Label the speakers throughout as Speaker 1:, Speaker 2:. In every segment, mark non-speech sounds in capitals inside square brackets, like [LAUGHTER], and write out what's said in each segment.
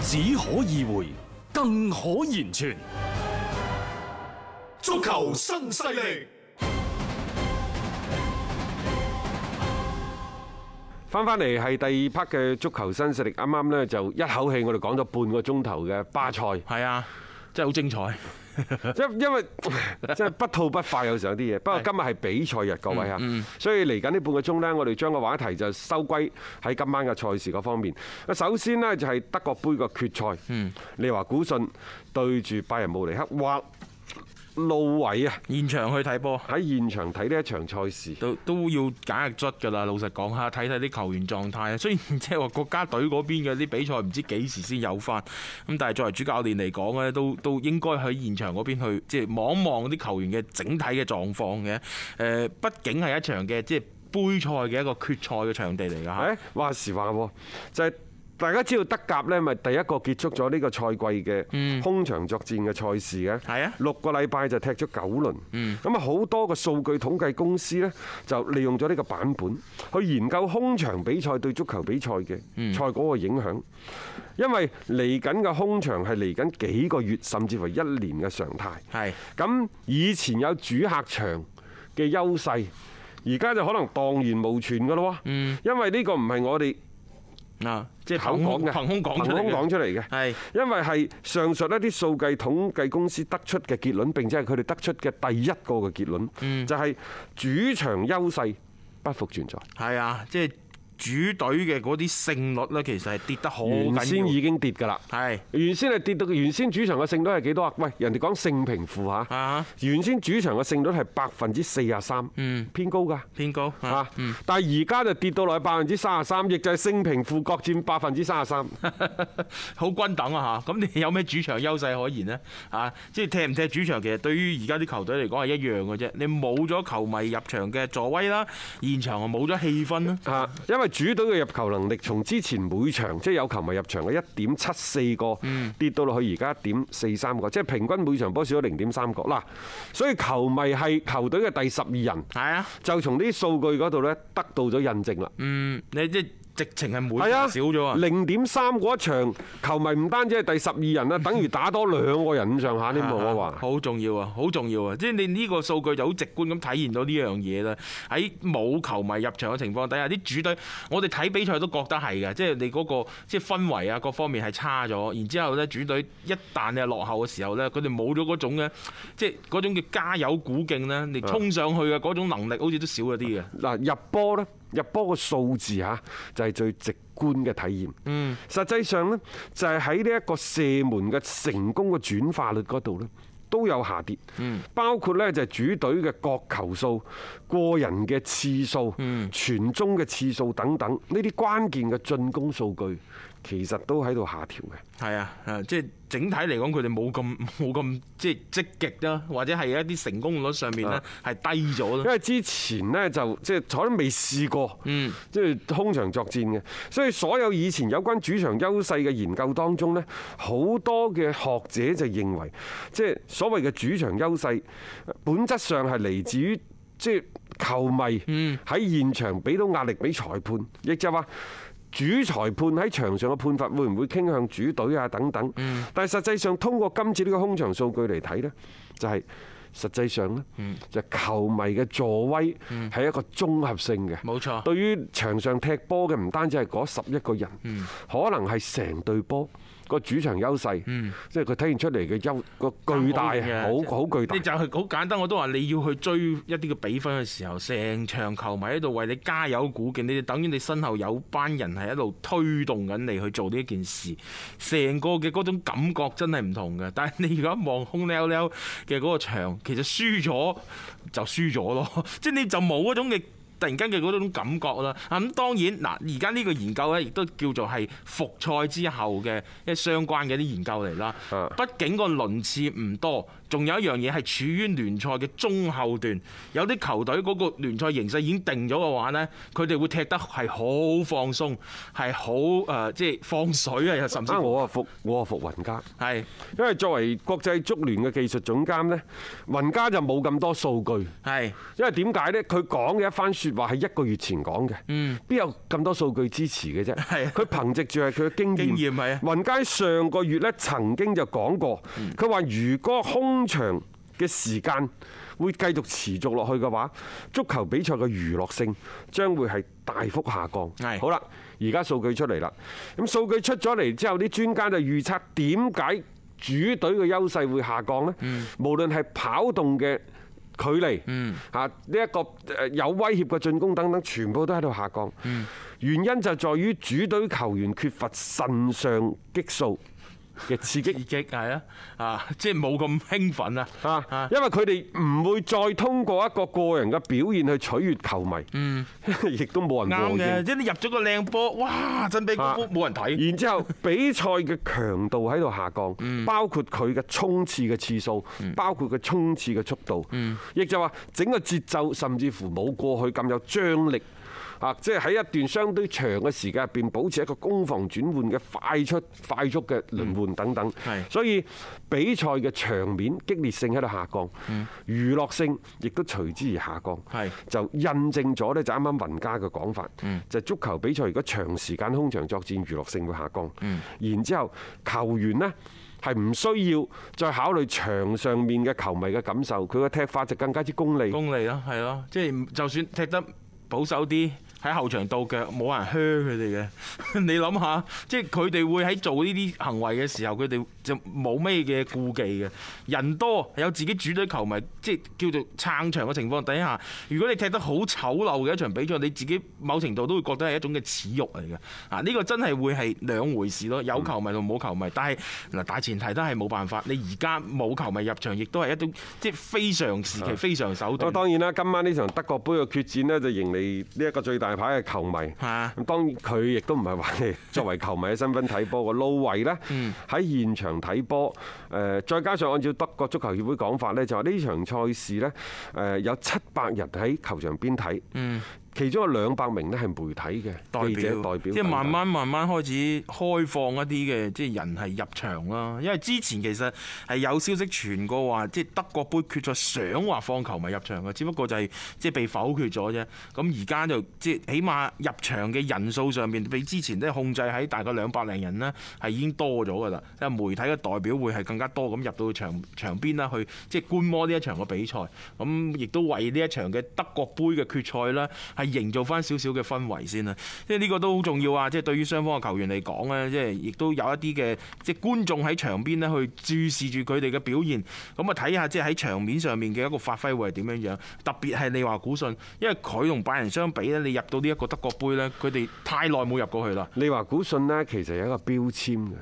Speaker 1: 只可意會，更可言傳。
Speaker 2: 足球新勢力。
Speaker 3: 翻翻嚟係第二 part 嘅足球新勢力，啱啱呢就一口氣我哋講咗半個鐘頭嘅巴塞，
Speaker 4: 係啊，真係好精彩。
Speaker 3: 因因為 [LAUGHS] 即係不吐不快有時候啲嘢。不過今日係比賽日，各位啊，
Speaker 4: 嗯
Speaker 3: 所以嚟緊呢半個鐘呢，我哋將個話題就收歸喺今晚嘅賽事嗰方面。首先呢，就係德國杯嘅決
Speaker 4: 嗯
Speaker 3: 賽，利華古信對住拜仁慕尼黑，哇！路維啊，
Speaker 4: 現場去睇波
Speaker 3: 喺現場睇呢一場賽事，
Speaker 4: 都都要揀日卒㗎啦。老實講下，睇睇啲球員狀態啊。雖然 [LAUGHS] 即係話國家隊嗰邊嘅啲比賽唔知幾時先有翻，咁但係作為主教練嚟講呢，都都應該喺現場嗰邊去即係望一望啲球員嘅整體嘅狀況嘅。誒，畢竟係一場嘅即係杯賽嘅一個決賽嘅場地嚟㗎嚇。
Speaker 3: 誒，話時話喎，就係、大家知道德甲呢咪第一個結束咗呢個賽季嘅空場作戰嘅賽事嘅，
Speaker 4: 係啊
Speaker 3: 六個禮拜就踢咗九輪，咁啊好多個數據統計公司呢，就利用咗呢個版本去研究空場比賽對足球比賽嘅賽果嘅影響，因為嚟緊嘅空場係嚟緊幾個月甚至乎一年嘅常態，
Speaker 4: 係
Speaker 3: 咁以前有主客場嘅優勢，而家就可能蕩然無存噶咯喎，因為呢個唔係我哋
Speaker 4: 啊，
Speaker 3: 即係口講嘅，
Speaker 4: 嗯憑空講出嚟
Speaker 3: 憑
Speaker 4: 嘅
Speaker 3: 空講出嚟嘅，
Speaker 4: 係
Speaker 3: 因為係上述一啲數據統計公司得出嘅結論，並且係佢哋得出嘅第一個嘅結論，
Speaker 4: 嗯
Speaker 3: 就係主場優勢不復存在，
Speaker 4: 係啊，即係主隊嘅嗰啲勝率呢，其實係跌得好哦緊
Speaker 3: 原
Speaker 4: 要。
Speaker 3: 先已經跌㗎啦。
Speaker 4: 係
Speaker 3: 原先係跌到原先主場嘅勝率係幾多啊？喂，人哋講勝平負嚇，
Speaker 4: 啊，嗯
Speaker 3: 原先主場嘅勝率係百分之四十三，偏高㗎。
Speaker 4: 偏高啊
Speaker 3: 啊！但係而家就跌到落去百分之三十三，亦就係勝平負各佔百分之三
Speaker 4: [LAUGHS]
Speaker 3: 十三。
Speaker 4: 好均等啊嚇！咁你 [LAUGHS] 有咩主場優勢可言呢？啊，即係踢唔踢主場，其實對於而家啲球隊嚟講係一樣嘅啫。你冇咗球迷入場嘅助威啦，現場啊冇咗氣氛啦。
Speaker 3: 啊，因為主隊嘅入球能力從之前每場即係有球迷入場嘅一點七四個，
Speaker 4: 嗯
Speaker 3: 跌到落去而家一點四三個，即係平均每場波少咗零點三個。嗱，所以球迷係球隊嘅第十二人，
Speaker 4: 係啊，
Speaker 3: 就從呢啲數據嗰度呢得到咗印證啦。
Speaker 4: 嗯，你即係直情係每
Speaker 3: 係啊，
Speaker 4: 場少咗啊。
Speaker 3: 零點三嗰一場，球迷唔單止係第十二人啦，啊等於打多兩個人咁上下添喎，我話。
Speaker 4: 好重要啊，好重要啊！即係你呢個數據就好直觀咁體現到呢樣嘢啦。喺冇球迷入場嘅情況底下，啲主隊我哋睇比賽都覺得係嘅，即係你嗰、個即係氛圍啊，各方面係差咗。然之後呢，主隊一旦你係落後嘅時候呢，佢哋冇咗嗰種嘅即係嗰種嘅加油鼓勁呢，你
Speaker 3: 啊
Speaker 4: 衝上去嘅嗰種能力好似都少咗啲嘅。
Speaker 3: 嗱入波呢，入波個數字嚇就係最直觀嘅體驗。嗯，實際上呢，就係喺呢一個射門嘅成功嘅轉化率嗰度呢，都有下跌。嗯，包括呢就係主隊嘅角球數、個人嘅次數、傳中嘅次數等等呢啲關鍵嘅進攻數據，其實都喺度下調嘅。
Speaker 4: 係啊，誒，即係整體嚟講，佢哋冇咁 [LAUGHS] 冇咁即係積極啦，或者係一啲成功率上
Speaker 3: 啊
Speaker 4: 面呢，係低咗啦
Speaker 3: 因。為之前呢，就即係我都未試過，
Speaker 4: 嗯
Speaker 3: 即係空場作戰嘅，所以所有以前有關主場優勢嘅研究當中呢，好多嘅學者就認為，即係所謂嘅主場優勢，本質上係嚟自於即係球迷喺現場俾到壓力俾裁判，亦就話。主裁判喺場上嘅判罰會唔會傾向主隊啊等等，但係實際上通過今次呢個空場數據嚟睇呢，就係實際上呢，就球迷嘅助威係一個綜合性嘅。
Speaker 4: 冇錯
Speaker 3: 對於場上踢波嘅唔單止係嗰十一個人，可能係成隊波個主場優勢，即係佢體現出嚟嘅優個巨大，嗯好好巨大
Speaker 4: 你。就係好簡單，我都話你要去追一啲嘅比分嘅時候，成場球迷喺度為你加油鼓勁，你就等於你身後有班人係一路推動緊你去做呢一件事，成個嘅嗰種感覺真係唔同嘅。但係你如果望空溜溜嘅嗰個場，其實輸咗就輸咗咯， [LAUGHS] 即係你就冇嗰種嘅。突然間嘅嗰種感覺啦，啊咁當然嗱，而家呢個研究咧，亦都叫做係復賽之後嘅一相關嘅啲研究嚟啦。
Speaker 3: 啊
Speaker 4: 畢竟個輪次唔多，仲有一樣嘢係處於聯賽嘅中後段，有啲球隊嗰個聯賽形勢已經定咗嘅話呢，佢哋會踢得係好放鬆，係好誒，即係放水啊，又甚至
Speaker 3: 啊！
Speaker 4: 乎
Speaker 3: 我啊服，我啊服雲家。
Speaker 4: 係
Speaker 3: 因為作為國際足聯嘅技術總監呢，雲家就冇咁多數據，
Speaker 4: 係
Speaker 3: 因為點解呢？佢講嘅一番説話係一個月前講嘅，邊有咁多數據支持嘅啫
Speaker 4: 嗯 [LAUGHS] 係？啊
Speaker 3: 佢憑藉住係佢嘅經驗。
Speaker 4: 經驗係啊嗯
Speaker 3: 雲家上個月呢曾經就講過，佢話如果空場嘅時間會繼續持續落去嘅話，足球比賽嘅娛樂性將會係大幅下降。
Speaker 4: 係
Speaker 3: 好啦，而家數據出嚟啦，咁數據出咗嚟之後，啲專家就預測點解主隊嘅優勢會下降呢？無論係跑動嘅距離，嚇呢一個誒有威脅嘅進攻等等，全部都喺度下降。原因就在於主隊球員缺乏腎上激素嘅刺
Speaker 4: [LAUGHS]
Speaker 3: 激
Speaker 4: 刺。激係啊，啊即係冇咁興奮啊，
Speaker 3: 啊，因為佢哋唔會再通過一個個人嘅表現去取悅球迷， [LAUGHS] 亦都冇人
Speaker 4: 啱
Speaker 3: 和應
Speaker 4: 嘅，。即係你入咗個靚波，哇！真俾功夫
Speaker 3: 啊
Speaker 4: 冇人睇，
Speaker 3: 然之後，比賽嘅強度喺度下降，
Speaker 4: 嗯
Speaker 3: 包括佢嘅衝刺嘅次數，包括佢衝刺嘅速度，
Speaker 4: 嗯
Speaker 3: 亦就話整個節奏甚至乎冇過去咁有張力。啊！即係喺一段相對長嘅時間入邊，保持一個攻防轉換嘅快速、快速嘅輪換等等，
Speaker 4: 嗯係
Speaker 3: 所以比賽嘅場面激烈性喺度下降，娛樂性亦都隨之而下降。
Speaker 4: 嗯係
Speaker 3: 就印證咗呢，就啱啱雲家嘅講法，就足球比賽如果長時間空場作戰，娛樂性會下降。然之後球員呢，係唔需要再考慮場上面嘅球迷嘅感受，佢嘅踢法就更加之功利。
Speaker 4: 功利咯，係咯，即係就算踢得保守啲。喺後場到腳冇人靴佢哋嘅， [LAUGHS] 你諗下，即係佢哋會喺做呢啲行為嘅時候，佢哋就冇咩嘅顧忌嘅。人多有自己主隊球迷，即係叫做撐場嘅情況底下，如果你踢得好醜陋嘅一場比賽，你自己某程度都會覺得係一種嘅恥辱嚟嘅。啊，呢個真係會係兩回事咯，有球迷同冇球迷。但係嗱，大前提都係冇辦法，你而家冇球迷入場，亦都係一種即係非常時期、非常手
Speaker 3: 咁啊
Speaker 4: 段。
Speaker 3: 當然啦，今晚呢場德國杯嘅決戰呢，就迎嚟呢一個最大牌嘅球迷。
Speaker 4: 啊
Speaker 3: 咁當然佢亦都唔係話你 [LAUGHS] 作為球迷嘅身份睇波個路維呢，
Speaker 4: 嗯
Speaker 3: 喺現場睇波，誒再加上按照德國足球協會講法呢，就話呢場賽事呢，誒有七百人喺球場邊睇，其中有兩百名呢係媒體
Speaker 4: 嗯代
Speaker 3: 嘅記者代表等等，
Speaker 4: 表，即係慢慢慢慢開始開放一啲嘅即係人係入場啦。因為之前其實係有消息傳過話，即係德國杯決賽想話放球迷入場嘅，只不過就係即係被否決咗啫。咁而家就即係起碼入場嘅人數上面，比之前都係控制喺大概兩百零人啦，係已經多咗㗎啦。因為媒體嘅代表會係更加多咁入到場場邊啦，去即係觀摩呢一場嘅比賽。咁亦都為呢一場嘅德國杯嘅決賽啦，係營造翻少少嘅氛圍先啦。即係呢個都好重要啊！即係對於雙方嘅球員嚟講咧，即係亦都有一啲嘅即係觀眾喺場邊咧去注視住佢哋嘅表現，咁啊睇下即係喺場面上面嘅一個發揮會係點樣樣。特別係你話古信，因為佢同拜仁相比咧，你入到呢一個德國杯咧，佢哋太耐冇入過去啦。
Speaker 3: 你話古信呢，其實有一個標籤嘅，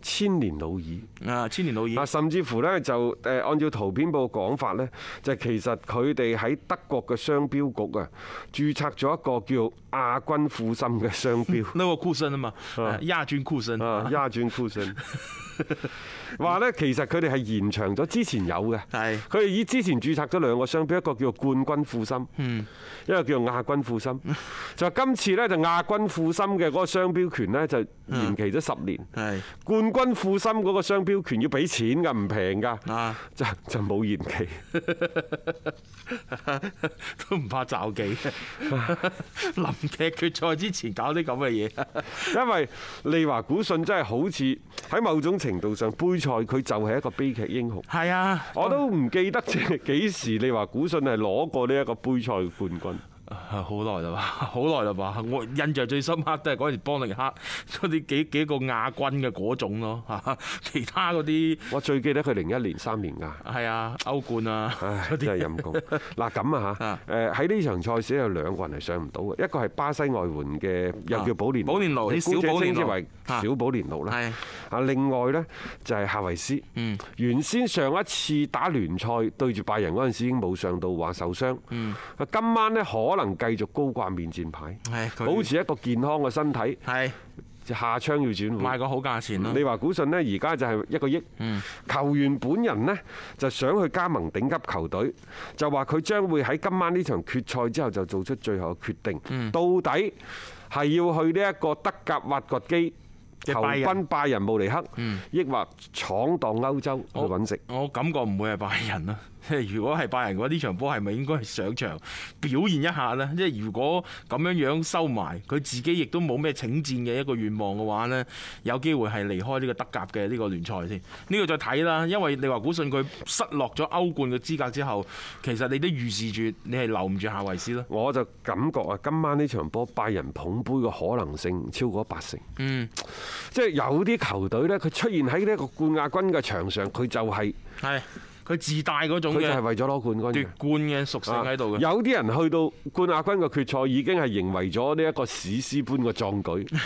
Speaker 3: 千年老矣。
Speaker 4: 啊，千年老矣
Speaker 3: 啊，，甚至乎呢，就誒按照圖片報嘅講法呢，就其實佢哋喺德國嘅商標局啊，註冊咗一個叫亞軍富森嘅商標
Speaker 4: 呢個酷身啊嘛，
Speaker 3: 啊
Speaker 4: 亞軍酷身
Speaker 3: 啊，亞軍富森。話呢，其實佢哋係延長咗之前有嘅，
Speaker 4: 係
Speaker 3: 佢哋以之前註冊咗兩個商標，一個叫做冠軍富森，一個叫做亞軍富森。就今次呢，就亞軍富森嘅嗰個商標權呢，就延期咗十年。
Speaker 4: 係
Speaker 3: 冠軍富森嗰個商標權要俾錢㗎，唔平㗎
Speaker 4: 啊，
Speaker 3: [LAUGHS] 就就冇延期。
Speaker 4: [LAUGHS] 都唔怕罩 [LAUGHS] 忌，臨劇決賽之前搞啲咁嘅嘢，
Speaker 3: 因為利華古信真係好似喺某種程度上，杯賽佢就係一個悲劇英雄。
Speaker 4: 係啊，
Speaker 3: 我都唔記得即係幾時利華古信係攞過呢一個杯賽冠軍。
Speaker 4: 啊好耐啦吧， [LAUGHS] 好耐啦吧，我印象最深刻都係嗰時邦尼克嗰啲幾幾個亞軍嘅嗰種咯， [LAUGHS] 嚇其他嗰啲
Speaker 3: 我最記得佢零一年三年亞。
Speaker 4: 係啊歐冠啊
Speaker 3: 唉，
Speaker 4: 嗰
Speaker 3: 真係
Speaker 4: 啲，
Speaker 3: 陰
Speaker 4: [LAUGHS]
Speaker 3: 公。嗱咁啊嚇，誒喺呢場賽事啊有兩個人係上唔到嘅，一個係巴西外援嘅，又叫保連
Speaker 4: 保啊連奴
Speaker 3: 你
Speaker 4: 小
Speaker 3: 姑且
Speaker 4: 保
Speaker 3: 稱
Speaker 4: 連奴
Speaker 3: 之為小保連奴
Speaker 4: 係
Speaker 3: 啦。啊，另外呢，就係夏維斯。
Speaker 4: 嗯
Speaker 3: 原先上一次打聯賽對住拜仁嗰陣時已經冇上到，話受傷。啊
Speaker 4: 嗯
Speaker 3: 今晚呢，可能繼續高掛面戰牌，
Speaker 4: 係佢
Speaker 3: 保持一個健康嘅身體，
Speaker 4: 係
Speaker 3: 下窗要轉會
Speaker 4: 賣。個好價錢咯，
Speaker 3: 你話古信呢，而家就係一個億。
Speaker 4: 嗯
Speaker 3: 球員本人呢，就想去加盟頂級球隊，就話佢將會喺今晚呢場決賽之後就做出最後嘅決定，
Speaker 4: 嗯
Speaker 3: 到底係要去呢一個德甲挖掘機。
Speaker 4: 嘅
Speaker 3: 投
Speaker 4: 拜仁嗯
Speaker 3: 奔拜仁慕尼黑，抑或闖蕩歐洲去
Speaker 4: 我
Speaker 3: 揾食？
Speaker 4: 我感覺唔會係拜仁啦。 [LAUGHS] 即係如果係拜仁嘅話，呢場波係咪應該係上場表現一下呢？即係如果咁樣樣收埋，佢自己亦都冇咩請戰嘅一個願望嘅話呢，有機會係離開呢個德甲嘅呢個聯賽先。呢個再睇啦，因為你話古信佢失落咗歐冠嘅資格之後，其實你都預示住你係留唔住夏維斯啦。
Speaker 3: 我就感覺啊，今晚呢場波拜仁捧杯嘅可能性超過八成。
Speaker 4: 嗯，
Speaker 3: 即係有啲球隊呢，佢出現喺呢一個冠亞軍嘅場上，佢就係
Speaker 4: 係佢自帶嗰種
Speaker 3: 佢就係
Speaker 4: 嘅
Speaker 3: 為咗攞冠軍嘅
Speaker 4: 奪。冠嘅屬性喺度嘅。
Speaker 3: 啊有啲人去到冠亞軍嘅決賽已經係認為咗呢一個史詩般嘅壯
Speaker 4: [LAUGHS]
Speaker 3: 舉。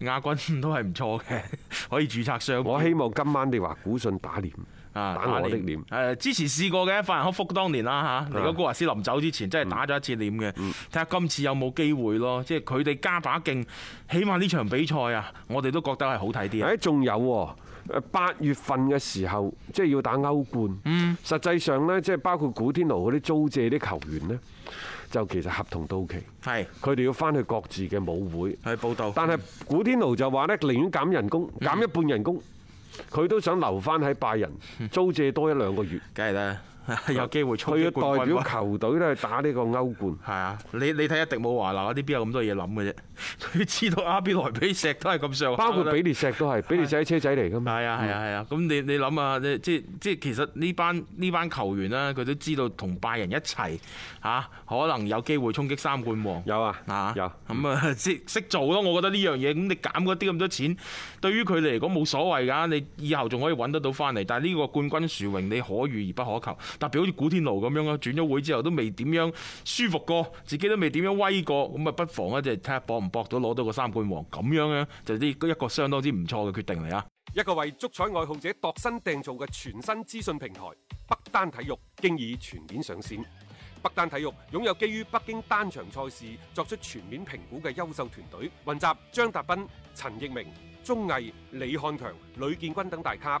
Speaker 4: 亞軍都係唔錯嘅， [LAUGHS] 可以註冊商標。
Speaker 3: 我希望今晚你話古信打臉，
Speaker 4: 啊
Speaker 3: 打我的臉。
Speaker 4: 誒之前試過嘅，法蘭克福當年啦嚇，尼
Speaker 3: 啊嗯
Speaker 4: 哥高華斯臨走之前真係打咗一次臉嘅，睇下今次有冇機會咯。即係佢哋加把勁，起碼呢場比賽啊，我哋都覺得係好睇啲啊。
Speaker 3: 誒，仲有喎。誒八月份嘅時候，即係要打歐冠。嗯，實際上呢，即係包括古天奴嗰啲租借啲球員呢，就其實合同到期，
Speaker 4: 係
Speaker 3: 佢哋要翻去各自嘅舞會。
Speaker 4: 去報道，
Speaker 3: 但係古天奴就話呢，寧願減人工，減一半人工，佢都想留翻喺拜仁
Speaker 4: 嗯
Speaker 3: 租借多一兩個月。
Speaker 4: 梗係啦， [LAUGHS] 有機會衝
Speaker 3: 佢
Speaker 4: 擊
Speaker 3: 要
Speaker 4: 冠
Speaker 3: 代
Speaker 4: 軍
Speaker 3: 表
Speaker 4: 喎。
Speaker 3: 球隊咧去打呢個歐冠。
Speaker 4: 係啊，你你睇一迪姆華拿嗰啲邊有咁多嘢諗嘅啫？ [LAUGHS] 佢知道阿比萊比石都係咁上下啦，
Speaker 3: 包括比利石都
Speaker 4: [LAUGHS]
Speaker 3: 係，比利石係車仔嚟噶嘛。
Speaker 4: 係啊係啊係啊！咁你你諗下，即即即其實呢班呢班球員啦，佢都知道同拜仁一齊嚇、可能有機會衝擊三冠王。
Speaker 3: 有啊，
Speaker 4: 啊，
Speaker 3: 有。
Speaker 4: 咁啊， [LAUGHS] 即識做咯，我覺得呢樣嘢，咁你減嗰啲咁多錢，對於佢哋嚟講冇所謂㗎，你以後仲可以揾得到翻嚟。但係呢個冠軍殊榮你可遇而不可求，特別好似古天奴咁樣咯，轉咗會之後都未點樣舒服過，自己都未點樣威過，咁啊不妨咧就睇下搏唔搏到攞到個三冠王咁樣咧，就呢一個相當之唔錯嘅決定嚟啊！
Speaker 5: 一個為足彩愛好者度身訂造嘅全新資訊平台北單體育，經已全面上線。北單體育擁有基於北京單場賽事作出全面評估嘅優秀團隊，雲集張達斌、陳奕明、鐘毅、李漢強、呂建軍等大咖，